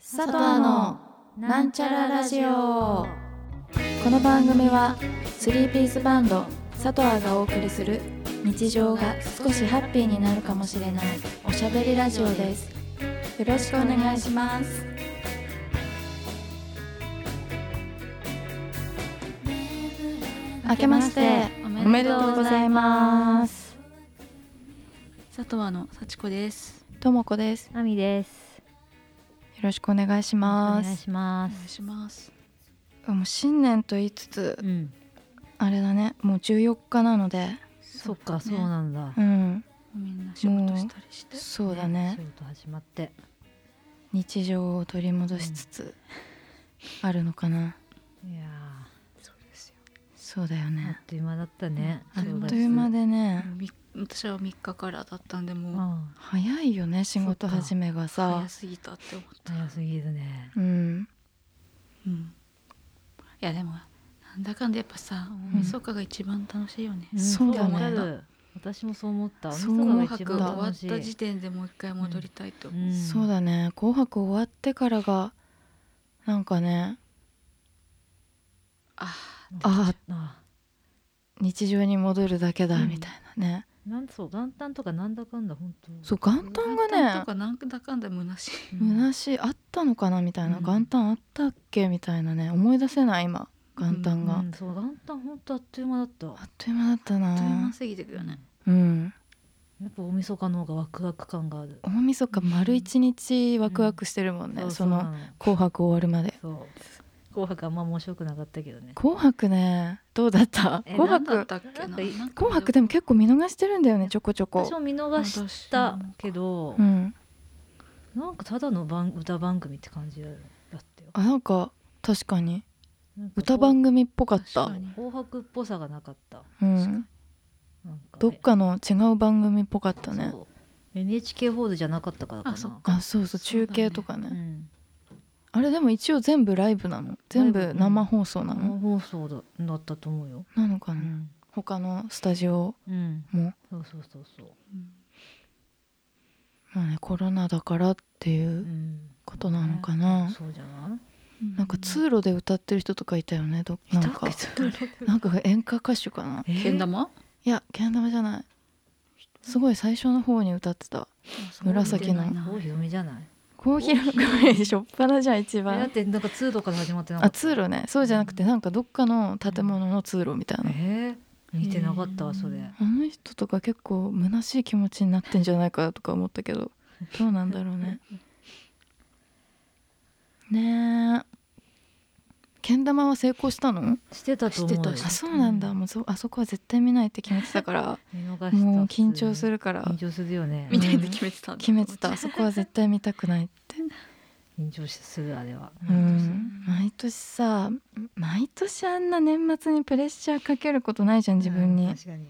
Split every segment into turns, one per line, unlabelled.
佐藤のなんちゃらラジオこの番組はスリーピースバンド佐藤がお送りする日常が少しハッピーになるかもしれないおしゃべりラジオですよろしくお願いします明けましておめでとうございます
佐藤の幸子です。
ともこですよ
ナミです。
ろしくお願いし
お
ま
願い
す
しま
お願い
す。
します。
もう新年と言いつつ
うん。
あれだねもう14日なので
そっか、
そ
そうう
ね
なんだ。
うん
みんな仕事したりして。
そうだね
仕事始まって。
日常を取り戻しつつあるのかな、
いや
そうですよ。
そうだよ
ー、あ
ね
っという間だったね。
あ
あ
っ
っ
という間
で。
でね
み私は三日からだったんでもう
あ
早いよね仕事始めがさ
早すぎたって思っ
あ、
た。
早すぎるね。
うん
うん。いやでもなんだかんだやっぱさ大晦日が一番楽しいよね。
うん
そうだね
わかる私もそう思った。
そう
紅
紅
白終わった時
期。
点でもう一回戻りたいと思う。
そうだね「紅白」終わってからがなんかね
あ
あ
あ
日常に戻るだけだ
うん
みたいなね、
なんそう元旦とかなんだかんだ本当
そう元旦が
元旦
ね
とかなんだかんだ虚しい。
虚しいあったのかなみたいな、
うん
元旦あったっけみたいなね思い出せない今元旦が、
うんそう元旦本当あっという間だった
あっという間だった
あっという間
な
すぎてくよね。
うん
やっぱ大晦日の方がワクワク感がある
大晦日丸一日ワクワクしてるもんね、
う
そうの
な
紅白終わるまで
そう紅白あんま面白くなかったけどね
紅白ねどうだった
え
紅
なん
白
だったっけな。
なんか
なんか
紅白でも結構見逃してるんだよねちょこちょこ
私も見逃したけど
うん
なんかただの番歌番組って感じだったよ
あなんか確かに
なんか
歌番組っぽかった
確かに
紅白っぽさがなかった
うん
なんか
どっかの違う番組っぽかったね
そう NHK ホールじゃなかったからかな
あそっ
あそうそう
そうだね
中継とかね
うん
あれでも一応全部ライブなの全部生放送なの
生、放送だだったと思うよ
なのか
う
な、
ん、
他のスタジオ
うん、
も
そうそうそうそ
う
う
ん
まあねコロナだからっていううんことなのかな、
そうじゃない
なんか通路で歌ってる人とかいたよねどなんかなんか演歌歌手かな
けん玉？
いやけん玉じゃないすごい最初の方に歌ってた紫の
郷ひろみじゃない
コーヒーの声にしょっぱなじゃん一
えだっ
番
てなんか通路から始まってなか
あ
った
通路ねそうじゃなくてなんかどっかの建物の通路みたいな
えー、見てなかったわそれ
うん
あの人とか結構虚しい気持ちになってんじゃないかとか思ったけどどうなんだろう ねねえけん玉は成功したの
してたと思うよ
して
あそうなんだ、もうそあそこは絶対見ないって決めてたから
見逃した
もう緊張す
る
るから
緊張するよね
み
み
た
た
い
い
で
で
決
決めてた
決めてたあそこは絶対見たくないって
緊張するあれは
うん毎年さ毎年あんな年末にプレッシャーかけることないじゃん自分
うん
に
確かに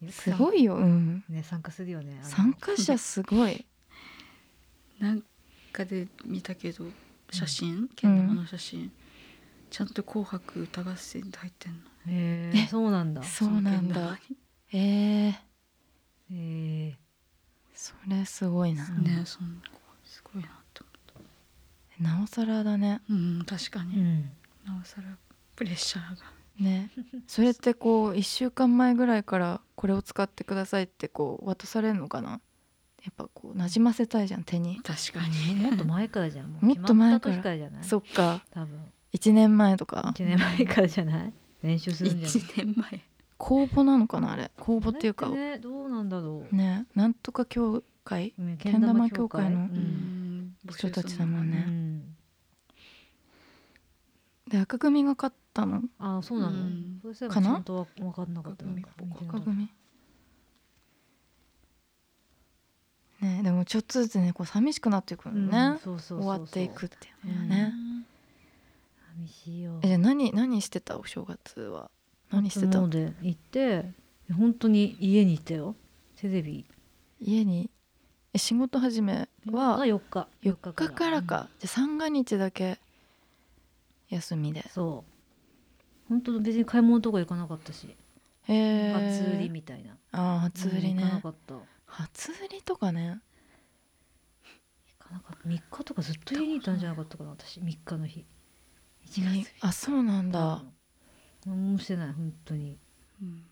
よく
す
さ
ごいようん
ね参加するよねあの
参加者すごい
なんかで見たけど写真けん玉の写真、ちゃんと「紅白歌合戦」って入ってんの
へえそうなんだ
そうなん
その
だ
け
ええー
へえ
それすごいな、
うん
玉にねそんすごいなと思った
なおさらだね
うん確か
う
に、
ん
なおさらプレッシャーが
ねそれってこう1週間前ぐらいからこれを使ってくださいってこう渡されるのかなやっぱこうなじませたいじゃん手に
確かに
もっと前からじゃんも う
もっと前から
決まった時からじゃない
そっか
多分
1年前とか
1年前からじゃない練習するんじゃない
1年前
公募なのかなあれ公募っていうか
あれねどうなんだろう
ねなんとか協会
うん
けん玉協会の
う
うんん
人たちだもんね
うん
で赤組が勝ったの
あそうなの
うん
そうすれば
か
ち
な
ゃんと分かんなかったなんか
赤組ねでもちょっとずつねこう寂しくなっていくのね、
うんそうそうそうそう
終わっていくっていうのは
募集するの
ね、
ね
寂しいよ
えじゃあ何何してたお正月は何してた
初詣行って本当に家にいたよテレビ
家にえ仕事始めは
4日
4日から
うん
かじゃあ三が日だけ休みで
そう本当別に買い物とか行かなかったし
へえ
初売りみたいな
あー初売り
うん行かな
ね
かった行
初売りとかね
なんか3日とかずっと家にいたんじゃなかったかな私3日の日1
にあそうなんだ
何もしてない本当に
うん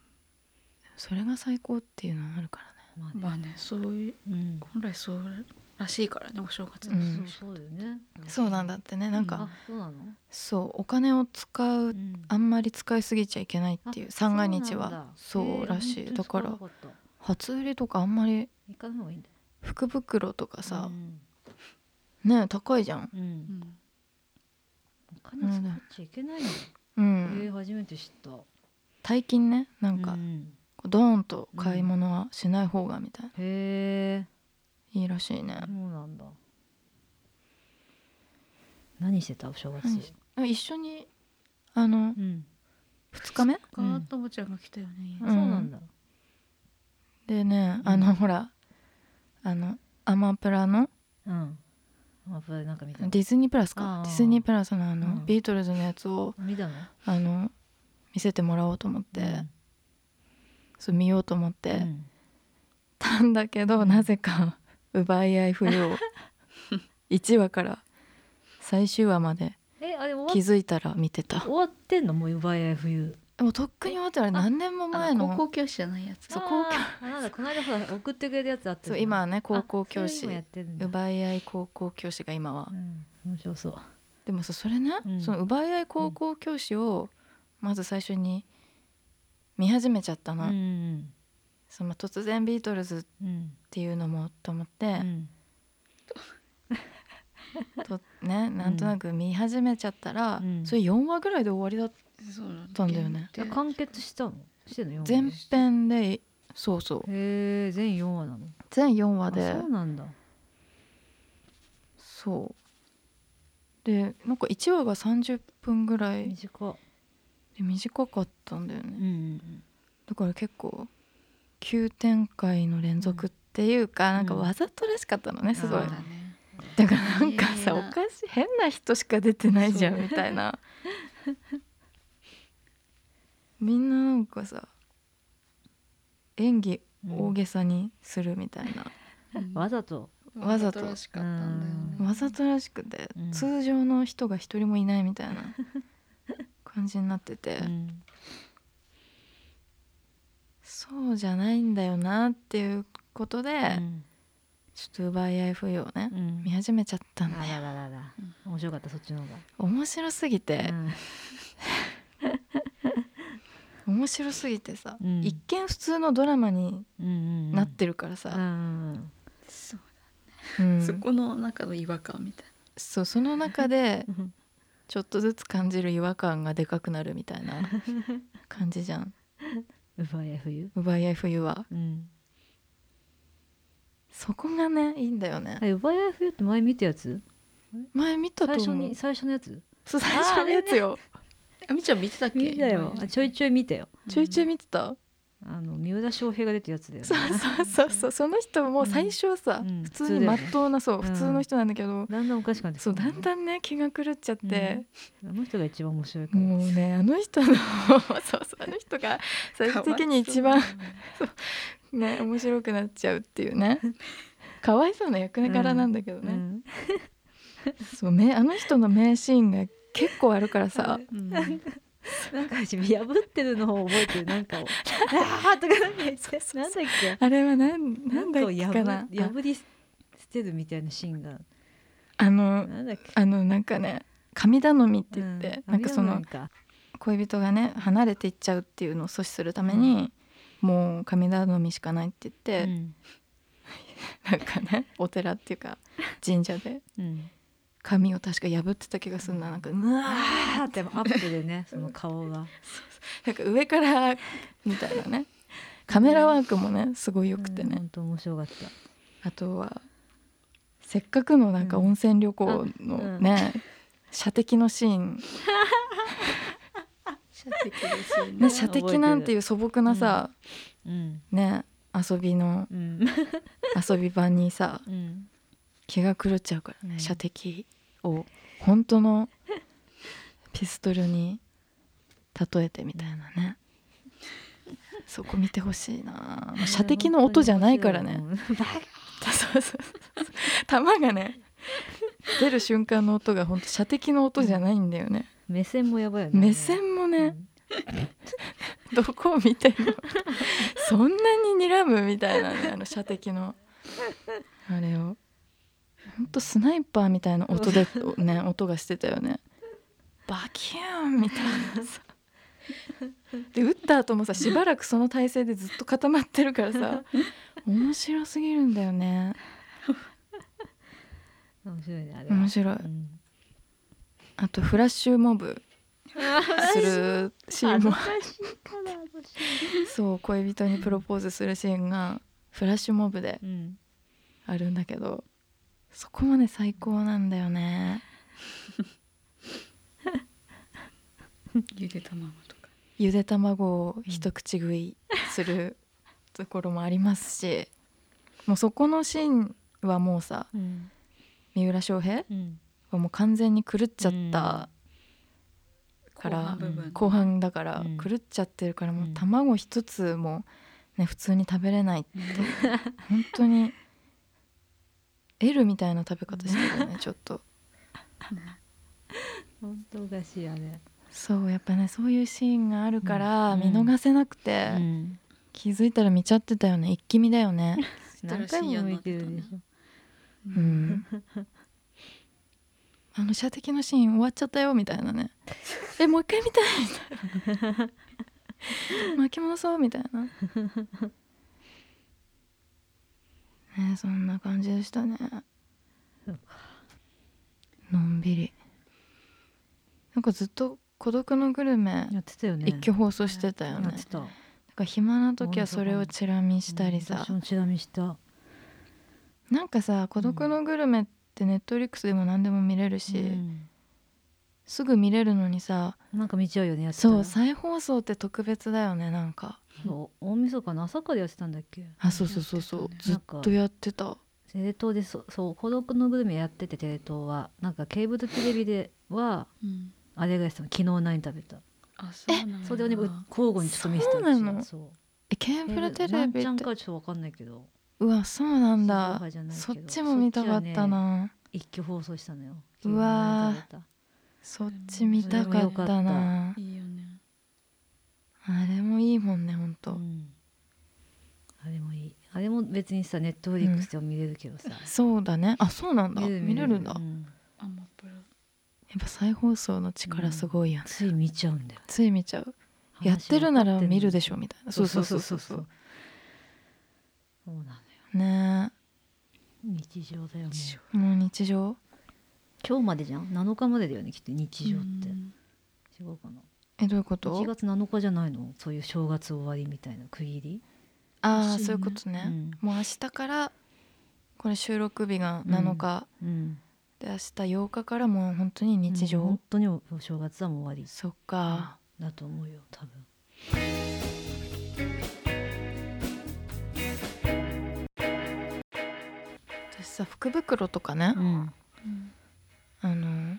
それが最高っていうのはあるからね
ま
ま
あね
あねそういう
うん
本来そうらしいからねお正月
う
の
ん
過
そ
ごし
うそうだよね
そうなんだってねなんか、
あそうなの
そうお金を使う
うん
あんまり使いすぎちゃいけないっていう三が日
あ
はそうらしいだから
3
初売りとかあんまり
日の方がいいんだ
福袋とかさ
う、ん
ねえ高いじゃん
う
うんん
お金使っちゃいけないんだ
う
え
ん、
ー初めて知った
大金ねなんか、
う
こうドーンと買い物はしない方がみたいな、
へえ
いいらしいね
そうなんだ何してたお正月
何し一緒にあの
うん
2日目
かなともちゃんが来たよね
う
あ
ん
そうなんだ
でねあの、ほらあのアマプラの
うんあこれなんか見たの
ディズニープラス
あ
か
ー
ディズニープラスのあの、
うん
ビートルズのやつを
見たの
あの見せてもらおうと思って、
うん
そう見ようと思って、
うん
たんだけどなぜか奪い合い不 良1話から最終話まで
えあれ
気
終
づ
わ
いたら見てた
終わってんのもう奪い合い冬
でもうとっくに終わってるあれ
あ
何年も前
あ
の
高校教師じゃないやつ
そう
あー
公共
あなんだこの間ほら送ってくれるやつあったじ
そ
ゃん
う今はね高
あ
校教
そ
師
れ今やってるんだ
奪い合い高校教師が今は
うん面白そう
でもさそれね、
うん
その奪い合い高校教師をまず最初に見始めちゃった
う
の、
ん
その突然ビートルズっ
うん
ていうのもと思っ
う
て、
ん
とねなんとなく見始めちゃったら、
うん
それ4話ぐらいで終わりだった
そうなん
たんだよね
いや完結したのしてんの4
全編でそうそう
へえ全4話なの
全4話
あ
で
そうなんだ
そうでなんか1話が30分ぐらい
短っ
で短かったんだよね
うん
だから結構急展開の連続っていうか、なんかわざとらしかったのねすごい
あ
そう
ー
だね
だからなんかさ
い
お
やいや
かしい変な人しか出てないじゃ
そ
ん
う
みたいなみんななんかさ演技大げさにするみたいな、
うん
わざと
わざと
らしかったんだよね
わざとらしくて、
うん
通常の人が一人もいないみたいな感じになってて、
うん
そうじゃないんだよなっていうことで、
うん
ちょっと奪い合い不要ね、
うん
見始めちゃったんだ
あ
よ
らららら面白かったそっちの方が
面白すぎて、面白すぎてさ、
うん
一見普通のドラマに
うん
なってるから
たう
さ、
ん
そ
う
う
ん
そこの中の違和感みたい
そうその中で
うん
ちょっとずつ感じる違和感がでかくなるみたい な感じじゃん
奪い合い冬
奪い合い冬は
うん
そこがねいいんだよね
あ奪い合い冬って前見たやつ
前見た
最
と
初
思う
に最初のやつ
そう最初のやつよ、
なあみちゃん見てたっけ
見たよあちょいちょい見たよ
ちょいちょい見てた、
あの三浦翔平が出てるやつだよね
そうそうそうそうその人も最初はさ、
うん
普通に真っ当なそう
普通だよね
普通の人なんだけど、
だんだんおかしくなってきた
そうだんだんね気が狂っちゃって、
あの人が一番面白いから
もうねあの人の そうそうあの人が最終的に一番ね面白くなっちゃうっていうねかわいそうな役柄なんだけどね、
うん
そうめあの人の名シーンが結構あるからさ
うん
なんか私破ってるのを覚えてるなんかをああとかなんか言ってなんだっけ
あれはなんな
なんん
だ
か
っ
を
けかな
破り破り捨てるみたいなシーンが
ああの
なんだっけ
あのなんかね神頼みって言って、
う
なんかそ
あれ
の
はなんか
恋人がね離れていっちゃうっていうのを阻止するために、もう神頼みしかないって言って、なんかねお寺っていうか神社で
うんうん
髪を確か破ってた気がするななんかうわ
あーってアップでねその顔が
ーなんか上から みたいなねカメラワークもねすごい良くてね、
本当面白かった
あとはせっかくのなんか温泉旅行のね、射的のシーン、
射的ですよね
ね、射的なんていう素朴なさ、
うん
ね遊びの
うん
遊び場にさ
うん
気が狂っちゃうからね、
うん
射的を本当 のピストルに例えてみたいなねそこ見てほしい な射的の音じゃないからね
う ん
そうそうそう弾がね出る瞬間の音が本当射的の音じゃないんだよね
目線もやばいよね
目線も
う
ね
ん
どこを見てるのそんなに睨むみたいなねあの射的のあれをほんとスナイパーみたいな音でね音がしてたよねバキューンみたいなさで打った後もさしばらくその体勢でずっと固まってるからさ面白すぎるんだよね
面白いねあれは
面白い
うん
あとフラッシュモブするシーン
恥ず
も
かしいからあのシ
そう恋人にプロポーズするシーンがフラッシュモブで
ーンうん
あるんだけどそこもね最高なんだよね
ゆで卵とか
ゆで卵を一口食いするところもあります しもうそこのシーンはもうさ
うん
三浦翔平
うん
はもう完全に狂っちゃった、から
後半部分
後半だから
うん
狂っちゃってるからもううん卵一つもね普通に食べれないっ て本当に L みたいな食べ方してる よねちょっと。
本当おかしいあれ
そうやっぱねそういうシーンがあるから
うん
見逃せなくて、
うん
気づいたら見ちゃってたよね一気見だよね、
何回も見てるでしょ
うんあの射的のシーン終わっちゃったよみたいなねえもう一回見たいみたいな巻き戻そうみたいなねそんな感じでしたね
そう
のんびりなんかずっと孤独のグルメ
やってたよね
一挙放送してたよ
やっ
ね
てた
なんか暇な時はそれをチラ見したり
うん
さ
私もチラ見した
なんかさ「孤独のグルメ」ってネットフリックスでも何でも見れるし、
うん
すぐ見れるのにさ
なんか見ちゃうよねやってたら
そう再放送って特別だよねなんか
そう大晦日の朝からやってたんだっけ
あそうそうそうそう、
やって
ず
た
っ
ね
とやってた
テレ東でそそう孤独のグルメやっててテレ東はなんかケーブルテレビでは
うん
あれがやってたの昨日何食べた
あそうなんだ
それをねう交互にちょっと見せた
そうなの
そう
えケーブルテレビ
えーな
っ
んち
て
ゃんかちょっとわかんないけど
うわそうなんだ
地上波じゃないけ
そ
ど
っちも見たかったな
一挙放送したのよ
うわー
昨日何食べた
そっち見たかっ
それ
た
も
な
うんいいよね
あれもいいもんねほんと、
うんあれもいいあれも別にさネットフリックスでも見れるけどさ、
そうだねあそうなんだ見れるんだ、や
う
っ
ん
アマプラ
ぱ再放送の力すごいよね、
つい見ちゃうんだよ
つい見ちゃうやってるなら見るでしょみたいなそう
話
そ
が
う
分か
そ
ってんの
うそうそう
にそうなのよ
ね
日常だよもう
日常
えもう日常
今日までじゃん7日までだよねきっと日常って、
うん
違うかな
えどういうこと
1月7日じゃないのそういう正月終わりみたいな区切り、
ああ
欲しいね
そういうことね、
うん
もう明日からこれ収録日が7日、
うん、
で明日8日からもう本当に日常、
うん本当にお正月はもう終わ
そっか
りだと思うよ多分
私さ福袋とかね、
うん
あの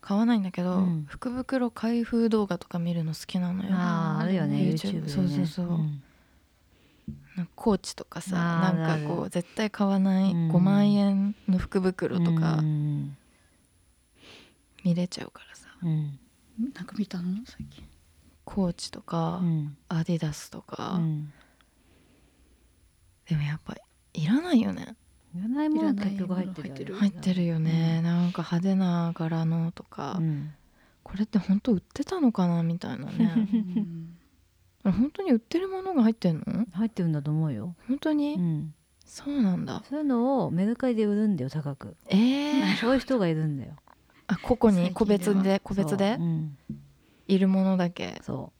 買わないんだけど、
うん
福袋開封動画とか見るの好きなのよ
あああるよね YouTube で
YouTube
ね
そうそうそうんなんかコーチとかさ
あ
な
ー
んかこ
あ
う
る
絶対買わない
うん
5万円の福袋とか
うん
見れちゃうからさ、
うん
なんか見たの最近
コーチとか、
うん
アディダスとか、
うん
でもやっぱいらないよね
いらないもの
いら
は
ない
結局入ってるよ
入
ね
入ってるよね、なんか派手な柄のとか、
うん
これって本当売ってたのかなみたいな ね
うん
あれ本当に売ってるものが入ってんの
入ってるんだと思うよ、
本当
う
に、
ん、
そうなんだ
そういうのをメルカリで売るんだよ高く
えー、
そういう人がいるんだよ
あ個々に
最近
個別
で
で個別で
そう,、うん、
いるものだけ
そ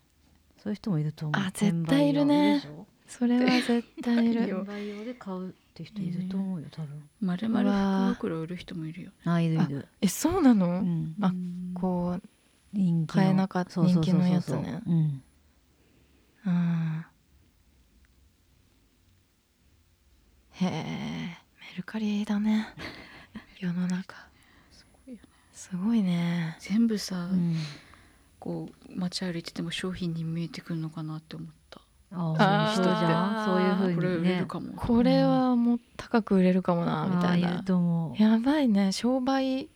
うそういう人もいると思う
あ絶対いるね
転売用でしょ
それは絶対い
いる
る
よ
転売用で買うって人いると思うよ多分
まるまる福袋売る人もいるよね
あいるいる
えそうなの、
うん
あ
うん
こう
人気の
買えなかった
そうそうそうそう
人気のやつね
うん
うんへえメルカリだね世の中
すごいよね
すごいね
全部さ
うん
こう街歩いてても商品に見えてくるのかなって思った
あ
あー
人じゃんそういう
こ
ふ
れ
うに
売れ
ね
るかも
これはもう高く売れるかもなみ
あ
た
あ
い
言う
な
と思
やばいね商売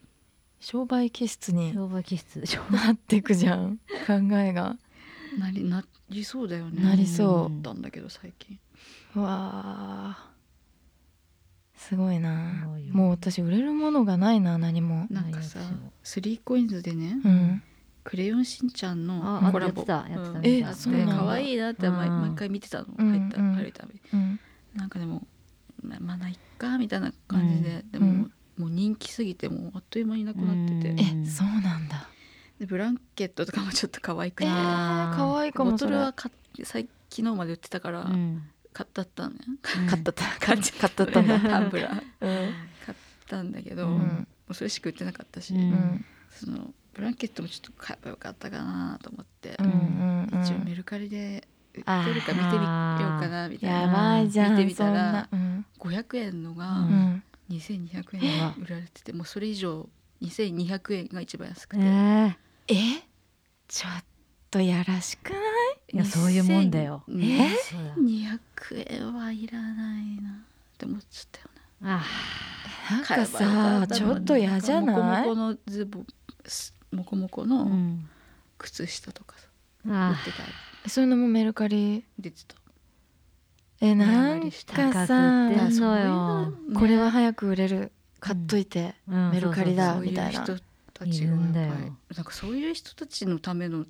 商売気質
う
に
商売気質商売
なってくじゃん考えが
なりなりそうだよね
なりそう
思ったんだけど最近
うわあすごい
す
な
ごいよ
もう私売れるものがないな何も
なんかさ
ない私も
3COINS でね
うん
「クレヨンしんちゃん」
あ
のコラ
やっ
ボ
てたやってた
うん
え
あって
そうなんだ
可愛いなって毎
うん
毎回見てたの
うん
入った
うん
入るたび
うん
なんかでもままあないっかみたいな感じでで
う
も
ん
もう人気すぎてもうあっという間になくなって
う
て
ん
えそうなんだ
でブランケットとかもちょっと可愛くて
えーあー
可愛いか
ボ
もそ
ト
れ
ルは買っ最昨日まで売ってたから
うん
買ったったのね
買ったった 買っ買っ
買
たったんだ
タンブラー
うん
買ったんだけど、
う
う
も
ん
うそれしか売ってなかったし、
うん
うん
そのブランケットもちょっと買えばよかったかなと思って、
うんうんうん
一応メルカリで売ってるか見てみようかなみたい
や
な
ばいじゃん
見てみたら
そんな
500円の
う
が
ん
2200円で売られてて、もうそれ以上2200円が一番安くて、
え
えちょっとやらしくない
ーいやそういうもんだよ
2000
えそうだ
200円はいらないなって思っちゃったよね
あ
なん
買え
か
ばよか
さ
た
ち
の
ょ
に
っと嫌じゃな
モコモコ
い
のズボンすモコモコ
ーう
の
ん
靴下とかさ、売
あ
ってた
そういうのもメルカリ
出てた
えなん
高く売
かさ
ってんの
あ
よ
そういうのね
これは早く売れる買っといて
うん
メルカリだ
そう
みた
いう
いな
人たちが
いる
やっ
ん
ぱ
だよ
りなんかそういう人たちのためのっ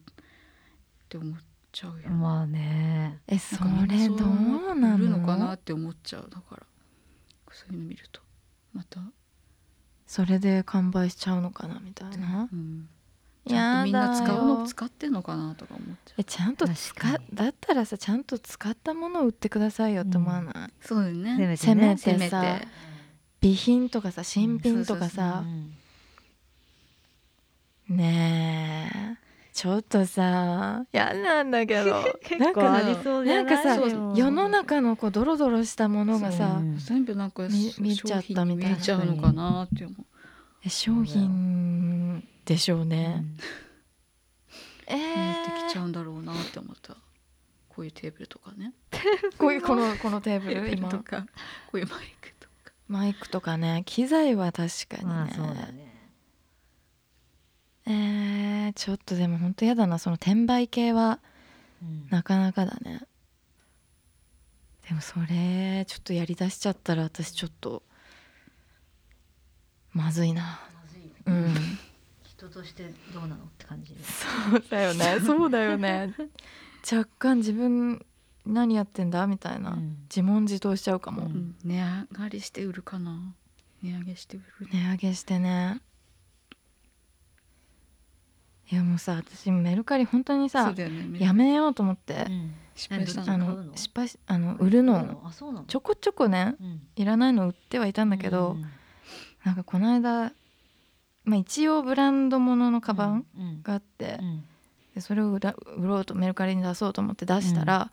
て思っちゃうよ。
まあね
えそ
なんかみん
れ
なそう
どうな
売るのかな
の
って思っちゃうだからそういうの見るとまた、
それで完売しちゃうのかなみたいな
うん、ちゃ
や
んとみんな
だ
使うの
よ
使ってんのかなとか思っちゃう。
えちゃんと
確
使
かに
だったらさちゃんと使ったものを売ってくださいよって思わない
そうだよ
せ
ね。
め
せ
て
め
ね
てさ備品とかさ新品とか
う
さ
ん
ねえちょっとさ嫌なんだけど なんか
ありそうじゃない
なんかさ
でも
世の中のこうドロドロしたものがさ
うん
全部なんか
み見ちゃったみたいな
商品に見えちゃうのかなって思う。
え商品でしょうね、え
見
ー
えてきちゃうんだろうなって思った。こういうテーブルとかね。
こういうこのこのテーブ ル今
とかこういうマイクとか。
マイクとかね機材は確かにね,、
まあそうだね
えーちょっとでも本当やだなその転売系は
うん
なかなかだねでもそれちょっとやりだしちゃったら私ちょっとまずいなうん
人としてどうなのって感じ
そうだよ ねそうだよね若干自分何やってんだみたいな、
うん
自問自答しちゃうかも、
うん
値上がりして売るかな値上げして売る、
値上げしてねいやもうさ私メルカリ本当に
そ
さ
うだよね
やめようと思って、
失敗した
う
あ
の
ん
の
買うの
失敗しあの売るの
あそうなの
ちょこちょこね
うん
いらないの売ってはいたんだけど、
うん
なんかこの間、まあ、一応ブランドもののカバン
うん
があって、
うん
でそれを売ら売ろうとメルカリに出そうと思って出したら、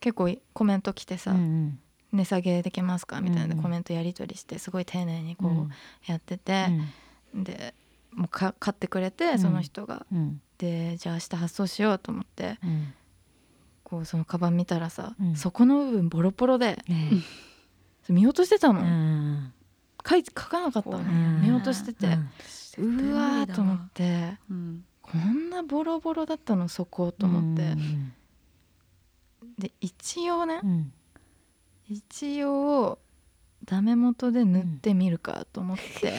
結構いコメント来てさ、
うん
値下げできますか?」みたいな
うん
コメントやり取りしてすごい丁寧にこ
うん
うやってて、でもうか買ってくれて
ん
その人が、
うん
でじゃあ明日発送しようと思って
うん
こうそのカバン見たらさ、
うん
そこの部分ボロボロで
ね
見落としてた
う
の、
ん
書い書かなかったの、
うん
見落としてて、
う
うんわーと思っ、て
うん、
こんなボロボロだったのそこと思って、
うん
で一応ね
うん
一応ダメ元で塗ってみるかと思って、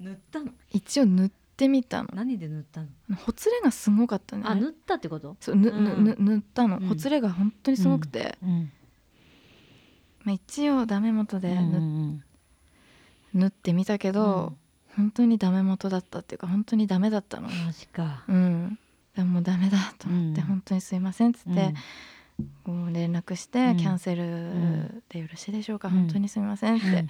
塗ったの
一応塗ってみたの
何で塗ったの
ほつれがすごかったね
あ塗ったってこと
そうぬ、
うん
ぬぬ塗ったの、
うん
ほつれが本当にすごくて、
うん
まあ、一応ダメ元で
う
塗,、
ん
塗ってみたけど、本当にダメ元だったっていうか本当にダメだったの
マジか
うんでももうダメだと思って、
うん
本当にすいませんっつって、
う
こう連絡し
う
て
ん
キャンセルでよろしいでしょうか、
うん
本当にすいませんっ
ん
て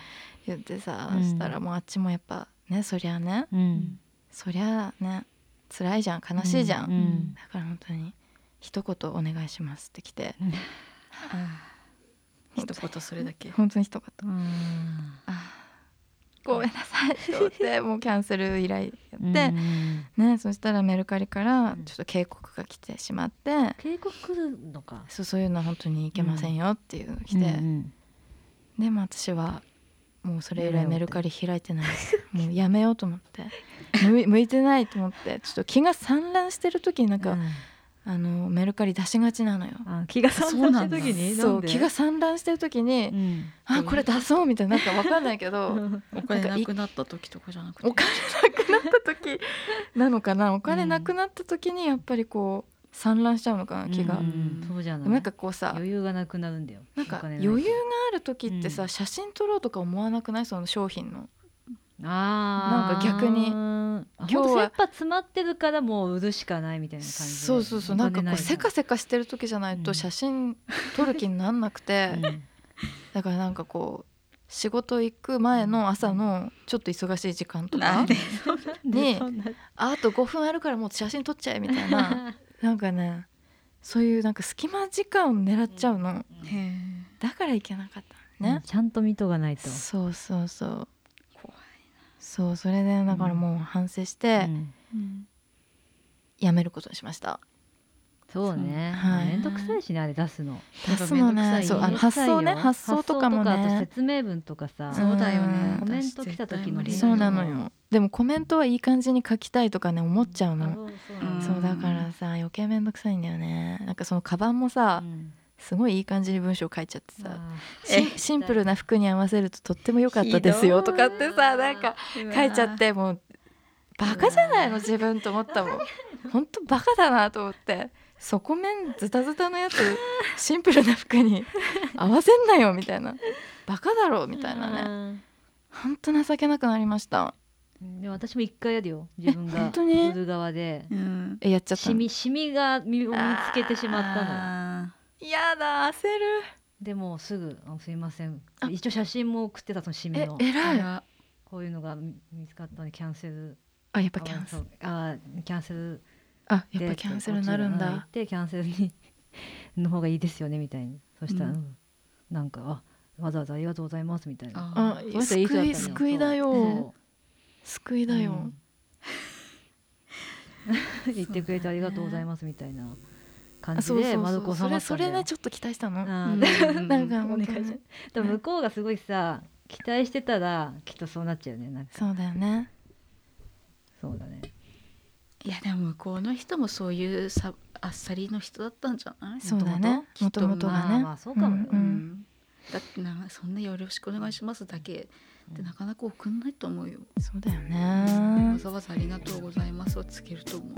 言ってさ、
うん
したらもうあっちもやっぱねそりゃね
うん
そりゃね辛いじゃん悲しいじゃん、
ううん
だから本当に一言お願いしますって来て
うん
一言それだけ
本当に一言
うん
あーごめんなさいと思 ってもうキャンセル依頼や
うん
って、ね、そしたらメルカリからちょっと警告が来てしまって、
警告来るのか
そうそういうの本当にいけませんよっていうのが来て、
うん
でも私はもうそれ以来メルカリ開いてないもうやめようと思って 向い向いてないと思ってちょっと気が散乱してる時になん
う
か、
ん
あのメルカリ出しがちなのよ。
あ気が散乱してる時に
そ
飲ん
う
で
気が散乱してる時に、
うん
あこれ出そうみたいななんかわかんないけ
う
ど
ん
お金なくなった時とかじゃなくて
お金なくなった時 なのかなお金なくなった時にやっぱりこう散乱しちゃうのかな気が、
うんうんそうじゃ
で
ない
もなんかこうさ
余裕がなくなるんだよ
なんか
お金い
余
と
裕がある時ってさ、
うん
写真撮ろうとか思わなくないその商品の
あ
なんか逆に
今日
今日は
は切羽詰まってるからもう売るしかないみたいな感じ
そうそうそうなんかこうせかせかしてる時じゃないと
うん
写真撮る気になんなくて、
せ
だからなんかこう仕事行く前の朝のちょっと忙しい時間と
な
か
んで
ねああと5分あるからもう写真撮っちゃえみたいな なんかねそういうなんか隙間時間を狙っちゃうの、
へ
だからいけなかったのね、
ちゃんと見とかないと
そうそうそう
え怖い、
そうそれでだからもう反省し
う
て
ん
うん
やめることにしました、
そうね
はい
めんどくさいしねあれ出すの
なん
出
か
す
め
の
んどくさ
ね
い
そう
よ
あの発想ね
めんどくさ
発
いよ
想とかも
発想とかあと
ね
説明文とかさ
うん
そうだよね
コ
メント来た時のリ
そうな
の
のよでもコメントはいい感じに書きたいとかね思っちゃう
あ
の、
そうそうなん
そうだからさ余計めんどくさいんだよねなんかそのカバンもさ、
うん
すごいいい感じに文章書いちゃってさ、
あ
シンシンプルな服に合わせるととっても良かったですよとかってさなんか書いちゃってもうバカじゃないの自分と思ったもん本当バカだなと思ってそこ面ズタズタの やつシンプルな服に合わせんなよみたいなバカだろうみたいなね
ね
本当情けなくなりました
でも私も一回やるよ自分が
本当に
売る側で
うん
えやっちゃった
シ
の
ミシミが見を見つけてしまったのよ
あ
やだ焦る
でもうすぐ「あすいません
あ」
一応写真も送ってたそのシミ
え
の
え
ーあ
らい
ら
こういうのが見見つかったのでキャンセル
あやっぱキャンセル
ルあキャンセル
あ
で
やっぱキャンセルになるん
うん行っ
だ
てキャンセルにの方がいいですよねみたいにそしたら、
うん
うんなんかあわざわざありがとうございますみたいな
あ
あ
その人いい人だったの
救い救いだよ
そ
救いうだよ、
うん言ってくれてありがとうございますみたいな感
あ
じ
そうそう
で
そう
丸く収
そ
ま
れ
った
そ
んだ
れ
よ
ねちょっと期待したの、
うん
うん
なんか
お
本
願い
当に
でも向こうがすごいさ期待してたらきっとそうなっちゃうよねなんか
そうだよね
そうだね
いやでも向こうの人もそういうさあっさりの人だったんじゃない
そうだね
元々
元々がね
まあまあそうかもよ
うん
うん
だってなんかそんなよろしくお願いしますだけってなかなか送んないと思うよ、
そうだよ
わ
ね
ざわざありがとうございますをつけると思う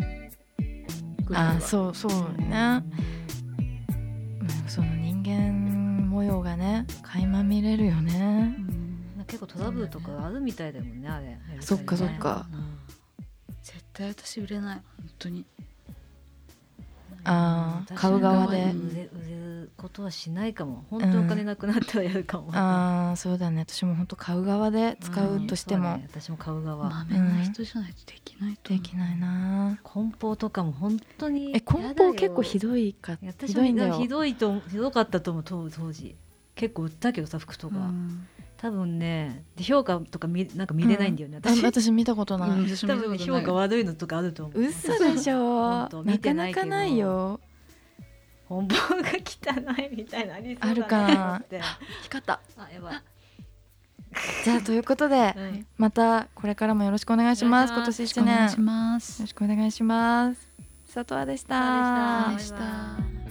ぐらいは
あそうそうね、うん、その人間模様がね垣間見れるよね
うん
なんか結構トラブルとかあるみたいだもんねあれ
そっかそっか
絶対私売れない本当に
あー買う側で
売れ売れることはしないかも本当お金なくなったらやるかも、
ああそうだね私も本当買う側で使うとして
う
も
んそうね私も買う側、
まめな人じゃないとできないと
で
思う
きないな
梱包とかも本当に
え梱包結構ひ
ど
どいか
いや
ひ
私も
どいんだよ
ひどいとひどかったと思う当当時結構売ったけどさ服とか、
うん
多分ねで評価とか見なんか見れないんだよね、私
あ私見たこと
う
なんい
私も
多
見た
分
こ
ね
と
評
ない
価悪いのとかあると思う
嘘でしょ
本当
な
見
か
てな
ない
け
か
ど
ないよ
本包が汚いみたいなありそうだな
あるかな
って
光った
あやばい
じゃあということ で
うん
またこれからもよろしくお願いします
お願いしま
よ
す
ろしくお
今年
願い
一年
し
よ
ます
ろしくお願いします佐藤亜でした
佐藤亜でした
でし
バイバ
た